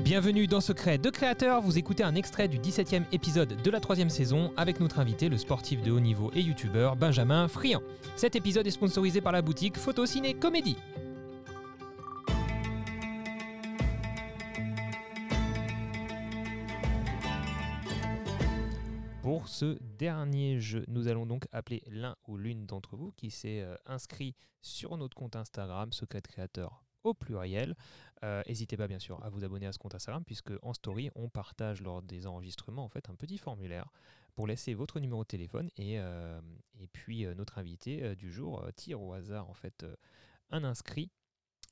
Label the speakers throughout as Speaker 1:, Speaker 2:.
Speaker 1: Bienvenue dans Secret de Créateur, vous écoutez un extrait du 17e épisode de la troisième saison avec notre invité, le sportif de haut niveau et youtubeur Benjamin Friand. Cet épisode est sponsorisé par la boutique Photo Ciné Comédie. Pour ce dernier jeu, nous allons donc appeler l'un ou l'une d'entre vous qui s'est euh, inscrit sur notre compte Instagram, Secret de Créateur au pluriel. Euh, N'hésitez pas bien sûr à vous abonner à ce compte Instagram puisque en story on partage lors des enregistrements en fait un petit formulaire pour laisser votre numéro de téléphone et, euh, et puis euh, notre invité euh, du jour euh, tire au hasard en fait euh, un inscrit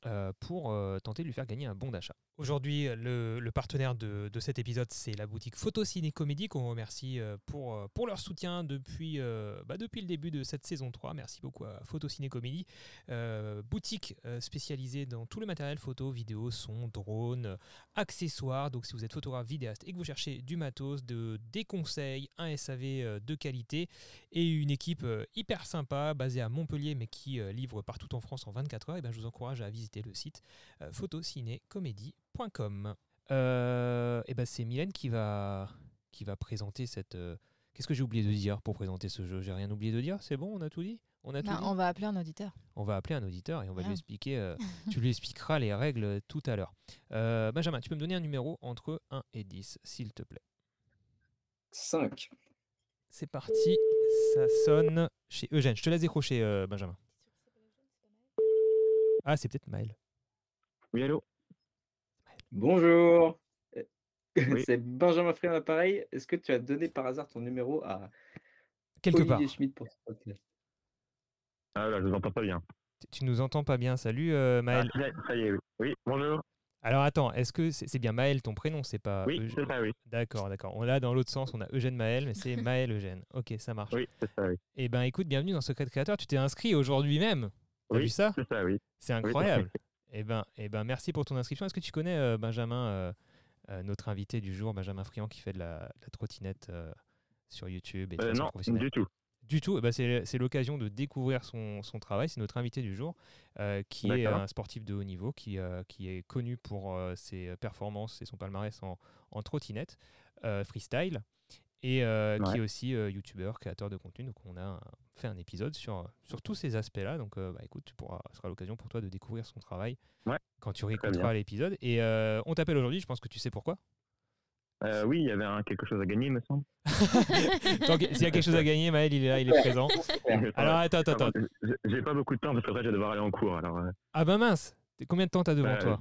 Speaker 1: euh, pour euh, tenter de lui faire gagner un bon d'achat. Aujourd'hui, euh, le, le partenaire de, de cet épisode, c'est la boutique Photo Ciné Comédie, qu'on remercie euh, pour, euh, pour leur soutien depuis, euh, bah, depuis le début de cette saison 3. Merci beaucoup à Photo Ciné Comédie. Euh, boutique euh, spécialisée dans tout le matériel photo, vidéo, son, drone, euh, accessoires. Donc si vous êtes photographe, vidéaste et que vous cherchez du matos, de, des conseils, un SAV euh, de qualité et une équipe euh, hyper sympa basée à Montpellier mais qui euh, livre partout en France en 24 heures, et ben, je vous encourage à visiter le site euh, photocinécomédie.com. Euh, et ben, c'est Mylène qui va, qui va présenter cette... euh, Qu'est-ce que j'ai oublié de dire pour présenter ce jeu J'ai rien oublié de dire C'est bon, on a tout dit on, a tout
Speaker 2: Ben,
Speaker 1: dit
Speaker 2: on va appeler un auditeur.
Speaker 1: on va appeler un auditeur et on va lui
Speaker 2: Ah.
Speaker 1: expliquer, euh, tu lui expliqueras les règles euh, tout à l'heure. Euh, Benjamin, tu peux me donner un numéro entre 1 et 10, s'il te plaît.
Speaker 3: 5.
Speaker 1: C'est parti, ça sonne chez Eugène. Je te laisse décrocher, euh, Benjamin. Ah, c'est peut-être Maël.
Speaker 4: Oui, allô
Speaker 3: Bonjour. Euh,
Speaker 4: Oui.
Speaker 3: C'est Benjamin Friand à l'appareil. Est-ce que tu as donné par hasard ton numéro à
Speaker 1: Quelque part.
Speaker 3: Olivier Schmitt pour ce podcast
Speaker 4: Ah là, je vous entends pas bien.
Speaker 1: Tu- Tu nous entends pas bien. Salut, euh,
Speaker 4: Ah,
Speaker 1: Maël.
Speaker 4: ça y est, ça y est, oui. Oui, bonjour.
Speaker 1: Alors attends, est-ce que c'est c'est bien Maël ton prénom C'est pas.
Speaker 4: oui,
Speaker 1: Eugène-
Speaker 4: c'est ça, oui.
Speaker 1: D'accord, d'accord. On l'a dans l'autre sens, on a Eugène Maël, mais c'est Maël Eugène. Ok, ça marche.
Speaker 4: Oui, c'est ça, oui.
Speaker 1: Eh ben écoute, bienvenue dans Secret Créateur. Tu t'es inscrit aujourd'hui même. T'as
Speaker 4: Oui,
Speaker 1: vu ça
Speaker 4: C'est ça, oui.
Speaker 1: C'est
Speaker 4: tout à
Speaker 1: incroyable. Eh ben, eh ben, merci pour ton inscription. Est-ce que tu connais euh, Benjamin, euh, euh, notre invité du jour, Benjamin Friand, qui fait de la, de la trottinette euh, sur YouTube et de
Speaker 4: Euh,
Speaker 1: façon
Speaker 4: non,
Speaker 1: professionnelle
Speaker 4: du tout.
Speaker 1: Du tout. Eh ben, c'est c'est l'occasion de découvrir son, son travail. C'est notre invité du jour, euh, qui est
Speaker 4: D'accord.
Speaker 1: un sportif de haut niveau, qui, euh, qui est connu pour euh, ses performances et son palmarès en, en trottinette, euh, freestyle, et euh, qui
Speaker 4: Ouais.
Speaker 1: est aussi euh, youtubeur, créateur de contenu. Donc, on a un- fait un épisode sur, sur tous ces aspects-là. Donc, euh, bah, écoute, tu pourras, ce sera l'occasion pour toi de découvrir son travail
Speaker 4: Ouais.
Speaker 1: quand tu
Speaker 4: bien.
Speaker 1: réécouteras l'épisode. Et euh, on t'appelle aujourd'hui, je pense que tu sais pourquoi.
Speaker 4: Euh, oui, il y avait un- quelque chose à gagner, il me semble.
Speaker 1: Tant que- S'il y a quelque chose à gagner, Maël, il est là, il est présent. Alors, attends, attends, attends.
Speaker 4: Pardon, j'ai- J'ai pas beaucoup de temps parce qu'après, je vais devoir aller en cours. Alors, euh,
Speaker 1: Ah bah mince Combien de temps t'as devant
Speaker 4: Euh,
Speaker 1: toi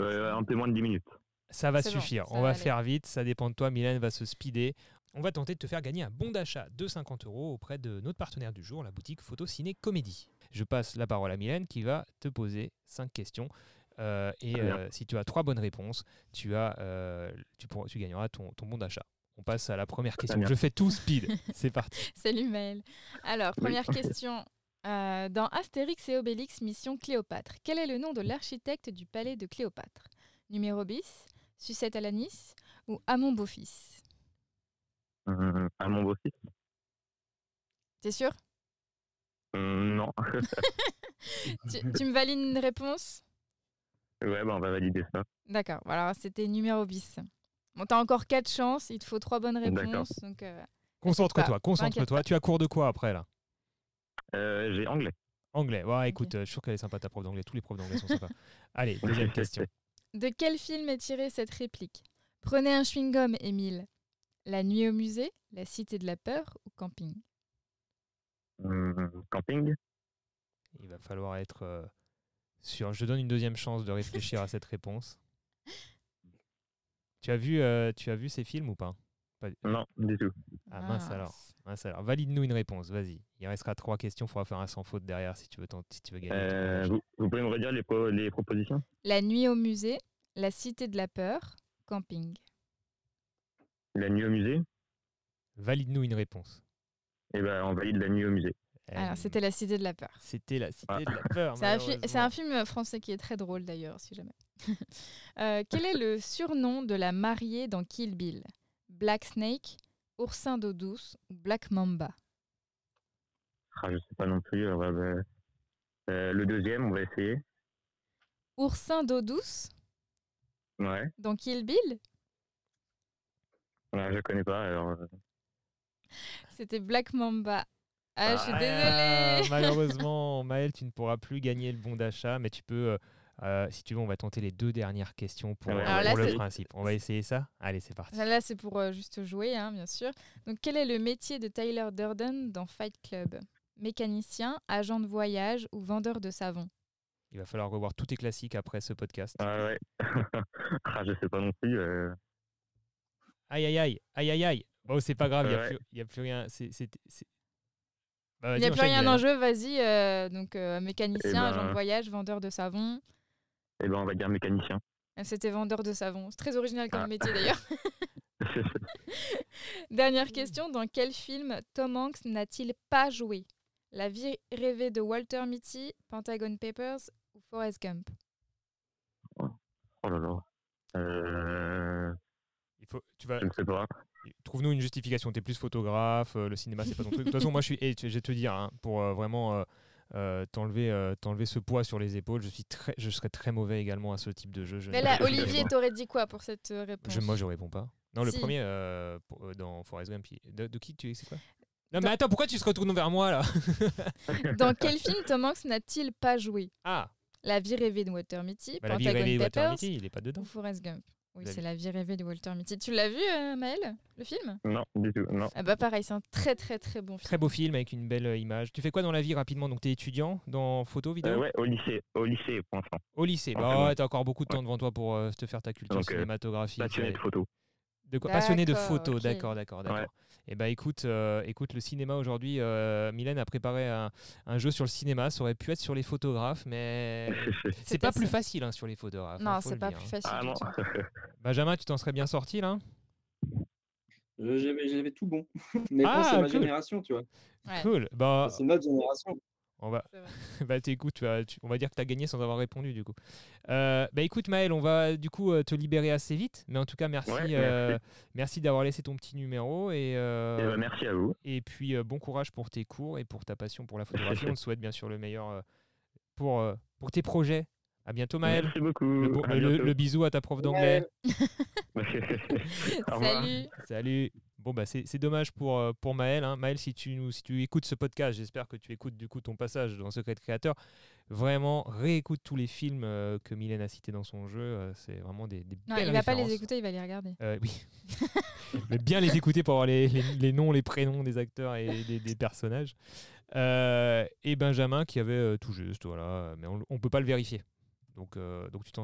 Speaker 4: euh, un peu moins de 10 minutes.
Speaker 1: Ça va
Speaker 2: C'est bon,
Speaker 1: suffire.
Speaker 2: ça
Speaker 1: on
Speaker 2: va
Speaker 1: va
Speaker 2: aller.
Speaker 1: faire vite. Ça dépend de toi. Mylène va se speeder. On va tenter de te faire gagner un bon d'achat de 50 euros auprès de notre partenaire du jour, la boutique Photo Ciné Comédie. Je passe la parole à Mylène qui va te poser 5 questions. Euh, et
Speaker 4: Très bien.
Speaker 1: euh, si tu as trois bonnes réponses, tu, as, euh, tu, pourras- tu gagneras ton, ton bon d'achat. On passe à la première question.
Speaker 4: bien.
Speaker 1: Je fais tout speed. C'est parti.
Speaker 2: Salut Maël. Alors, première question. Euh, dans Astérix et Obélix, mission Cléopâtre, quel est le nom de l'architecte du palais de Cléopâtre Numéro bis, Sucette à l'anis ou Amon Beaufils
Speaker 4: Hum, à mon beau site
Speaker 2: T'es sûr
Speaker 4: Hum, Non.
Speaker 2: tu, tu me valides une réponse
Speaker 4: Ouais, bah, on va valider ça.
Speaker 2: D'accord, alors c'était numéro bis. Bon, t'as encore quatre chances, il te faut trois bonnes
Speaker 4: D'accord.
Speaker 2: réponses. Donc, euh,
Speaker 1: Concentre-toi. Concentre-toi.
Speaker 2: T'inquiète
Speaker 1: Tu as cours de quoi après là
Speaker 4: Euh, J'ai anglais.
Speaker 1: Anglais. Ouais, écoute, euh, je suis sûr qu'elle est sympa ta prof d'anglais. Tous les profs d'anglais sont sympas. Allez, deuxième question.
Speaker 2: De quel film est tirée cette réplique Prenez un chewing-gum, Émile. La nuit au musée, la cité de la peur ou camping
Speaker 4: Hum, camping
Speaker 1: Il va falloir être euh, sûr. Je te donne une deuxième chance de réfléchir à cette réponse. Tu as vu, euh, tu as vu ces films ou pas Pas-
Speaker 4: Non, du tout.
Speaker 1: Ah, mince alors. Mince alors. Valide-nous une réponse, vas-y. Il restera trois questions, il faudra faire un sans faute derrière si tu veux, t'en- si tu veux gagner. ton
Speaker 4: Euh,
Speaker 1: voyage.
Speaker 4: vous, vous pouvez me redire les, pro- les propositions
Speaker 2: La nuit au musée, la cité de la peur, camping.
Speaker 4: La nuit au musée
Speaker 1: Valide-nous une réponse.
Speaker 4: Eh ben, on valide la nuit au musée.
Speaker 1: Euh,
Speaker 2: Alors, Ah, c'était la cité de la peur.
Speaker 1: C'était la cité
Speaker 4: Ah.
Speaker 1: de la peur.
Speaker 2: C'est un, fi- c'est un
Speaker 1: malheureusement.
Speaker 2: film français qui est très drôle d'ailleurs, si jamais. Euh, quel est le surnom de la mariée dans Kill Bill Black Snake, oursin d'eau douce ou Black Mamba
Speaker 4: Ah, je sais pas non plus. on va- euh, euh, le deuxième, on va essayer.
Speaker 2: Oursin d'eau douce
Speaker 4: Ouais.
Speaker 2: Dans Kill Bill,
Speaker 4: Voilà, je connais pas, alors. euh,
Speaker 2: c'était Black Mamba. Ah, je suis
Speaker 1: Ah,
Speaker 2: désolée.
Speaker 1: malheureusement, Maël, tu ne pourras plus gagner le bon d'achat, mais tu peux, euh, euh, si tu veux, on va tenter les deux dernières questions pour,
Speaker 4: Alors
Speaker 1: euh,
Speaker 2: là,
Speaker 1: pour le
Speaker 2: c'est-
Speaker 1: principe. On va essayer ça Allez, c'est parti.
Speaker 2: Là, c'est pour euh, juste jouer, hein, bien sûr. Donc, quel est le métier de Tyler Durden dans Fight Club Mécanicien, agent de voyage ou vendeur de savon
Speaker 1: Il va falloir revoir tous tes classiques après ce podcast.
Speaker 4: Ah ouais. ah, je sais pas non plus. euh,
Speaker 1: Aïe, aïe, aïe, aïe, aïe, aïe. Bon, c'est pas grave, il
Speaker 4: Ouais.
Speaker 1: n'y a, plus rien. c'est- c'est- c'est- Bah,
Speaker 2: Il
Speaker 1: vas-y,
Speaker 2: n'y a plus
Speaker 1: enchaîne,
Speaker 2: rien
Speaker 1: Maël.
Speaker 2: en jeu, vas-y. euh, donc, euh, mécanicien,
Speaker 4: Eh ben-
Speaker 2: agent de voyage, vendeur de savon.
Speaker 4: Eh ben, on va dire mécanicien.
Speaker 2: Euh, C'était vendeur de savon. C'est très original comme
Speaker 4: Ah.
Speaker 2: métier d'ailleurs. Dernière question dans quel film Tom Hanks n'a-t-il pas joué La vie rêvée de Walter Mitty, Pentagon Papers ou Forrest Gump
Speaker 4: oh là là. Euh,
Speaker 1: Il faut, tu vas,
Speaker 4: je ne sais pas.
Speaker 1: Trouve-nous une justification. T'es plus photographe, euh, le cinéma, c'est pas ton truc. De toute façon, moi, je suis. et je vais te dire, hein, pour euh, vraiment euh, euh, t'enlever, euh, t'enlever ce poids sur les épaules, je suis très, je serais très mauvais également à ce type de jeu. Je,
Speaker 2: Mais là,
Speaker 1: je- je-
Speaker 2: Olivier, t'aurais dit quoi pour cette euh, réponse
Speaker 1: je- moi, je réponds pas. Non, le
Speaker 2: Si.
Speaker 1: premier euh, pour- euh, dans Forrest Gump. il- De, de qui tu es C'est quoi Non,
Speaker 2: Dans-
Speaker 1: mais attends, pourquoi tu se retournes vers moi là
Speaker 2: Dans quel film Tom Hanks n'a-t-il pas joué
Speaker 1: Ah,
Speaker 2: La vie rêvée de Walter Mitty,
Speaker 1: bah, la vie
Speaker 2: Pentagon
Speaker 1: réveillée de Walter
Speaker 2: Papers
Speaker 1: Mitty, il est pas dedans.
Speaker 2: ou Forrest Gump Oui,
Speaker 1: Vous
Speaker 2: c'est la vie rêvée de Walter Mitty. Tu l'as vu, euh, Maël, le film
Speaker 4: Non, du tout. Non.
Speaker 2: Ah bah pareil, c'est un très très très bon film.
Speaker 1: Très beau film avec une belle euh, image. Tu fais quoi dans la vie rapidement Donc, t'es étudiant dans photo, vidéo
Speaker 4: Euh, ouais, au lycée. Au lycée, pour l'instant.
Speaker 1: Au lycée.
Speaker 4: Ah,
Speaker 1: Bah
Speaker 4: c'est bon.
Speaker 1: ouais, t'as encore beaucoup de temps devant toi pour euh, te faire ta culture
Speaker 4: Donc, euh,
Speaker 1: cinématographique.
Speaker 4: Passionné
Speaker 1: euh,
Speaker 4: de photo.
Speaker 1: De quoi Passionné de
Speaker 2: D'accord,
Speaker 1: photo,
Speaker 2: ok.
Speaker 1: d'accord, d'accord, d'accord.
Speaker 4: Ouais.
Speaker 1: Et bah écoute, euh, écoute, le cinéma aujourd'hui, euh, Mylène a préparé un, un jeu sur le cinéma. Ça aurait pu être sur les photographes, mais c'est
Speaker 2: C'était
Speaker 1: pas plus
Speaker 2: ça.
Speaker 1: facile hein, sur les photographes. hein,
Speaker 2: Non,
Speaker 1: faut
Speaker 2: c'est
Speaker 1: le
Speaker 2: pas
Speaker 1: dire,
Speaker 2: plus
Speaker 1: hein.
Speaker 2: facile.
Speaker 4: ah
Speaker 2: du
Speaker 4: non.
Speaker 2: tout.
Speaker 1: Benjamin, tu t'en serais bien sorti là
Speaker 3: Je- J'avais j'avais tout bon. Mais bon,
Speaker 1: Ah,
Speaker 3: c'est ma
Speaker 1: cool.
Speaker 3: génération, tu vois.
Speaker 2: Ouais.
Speaker 1: Cool. Bah,
Speaker 3: C'est notre génération.
Speaker 1: on va,
Speaker 2: C'est vrai.
Speaker 1: bah t'écoutes, tu vas- tu- on va dire que t'as gagné sans avoir répondu du coup. Euh, bah écoute Maël, on va du coup euh, te libérer assez vite, mais en tout cas merci,
Speaker 4: Ouais,
Speaker 1: euh, merci d'avoir laissé ton petit numéro et, euh,
Speaker 4: Eh ben, merci à vous.
Speaker 1: Et puis, euh, bon courage pour tes cours et pour ta passion pour la photographie. On te souhaite bien sûr le meilleur euh, pour, euh, pour tes projets. À bientôt, Maël.
Speaker 4: Merci beaucoup.
Speaker 1: Le, bo-
Speaker 4: À
Speaker 1: le- le-
Speaker 4: bientôt.
Speaker 1: le bisou à ta prof d'anglais.
Speaker 4: Au revoir.
Speaker 2: Salut.
Speaker 1: Salut. Bon, bah, c'est c'est dommage pour, euh, pour Maël. hein. Maël, si tu, nous, si tu écoutes ce podcast, j'espère que tu écoutes du coup ton passage dans Secret de Créateur. Vraiment, réécoute tous les films euh, que Mylène a cités dans son jeu. Euh, c'est vraiment des, des
Speaker 2: Non,
Speaker 1: belles
Speaker 2: il va pas les
Speaker 1: références.
Speaker 2: écouter, il va les regarder.
Speaker 1: Euh, oui. Mais bien les écouter pour avoir les, les- les noms, les prénoms des acteurs et des, des personnages. Euh, et Benjamin qui avait euh, tout juste, voilà. Mais on ne peut pas le vérifier. Donc, euh, donc tu t'en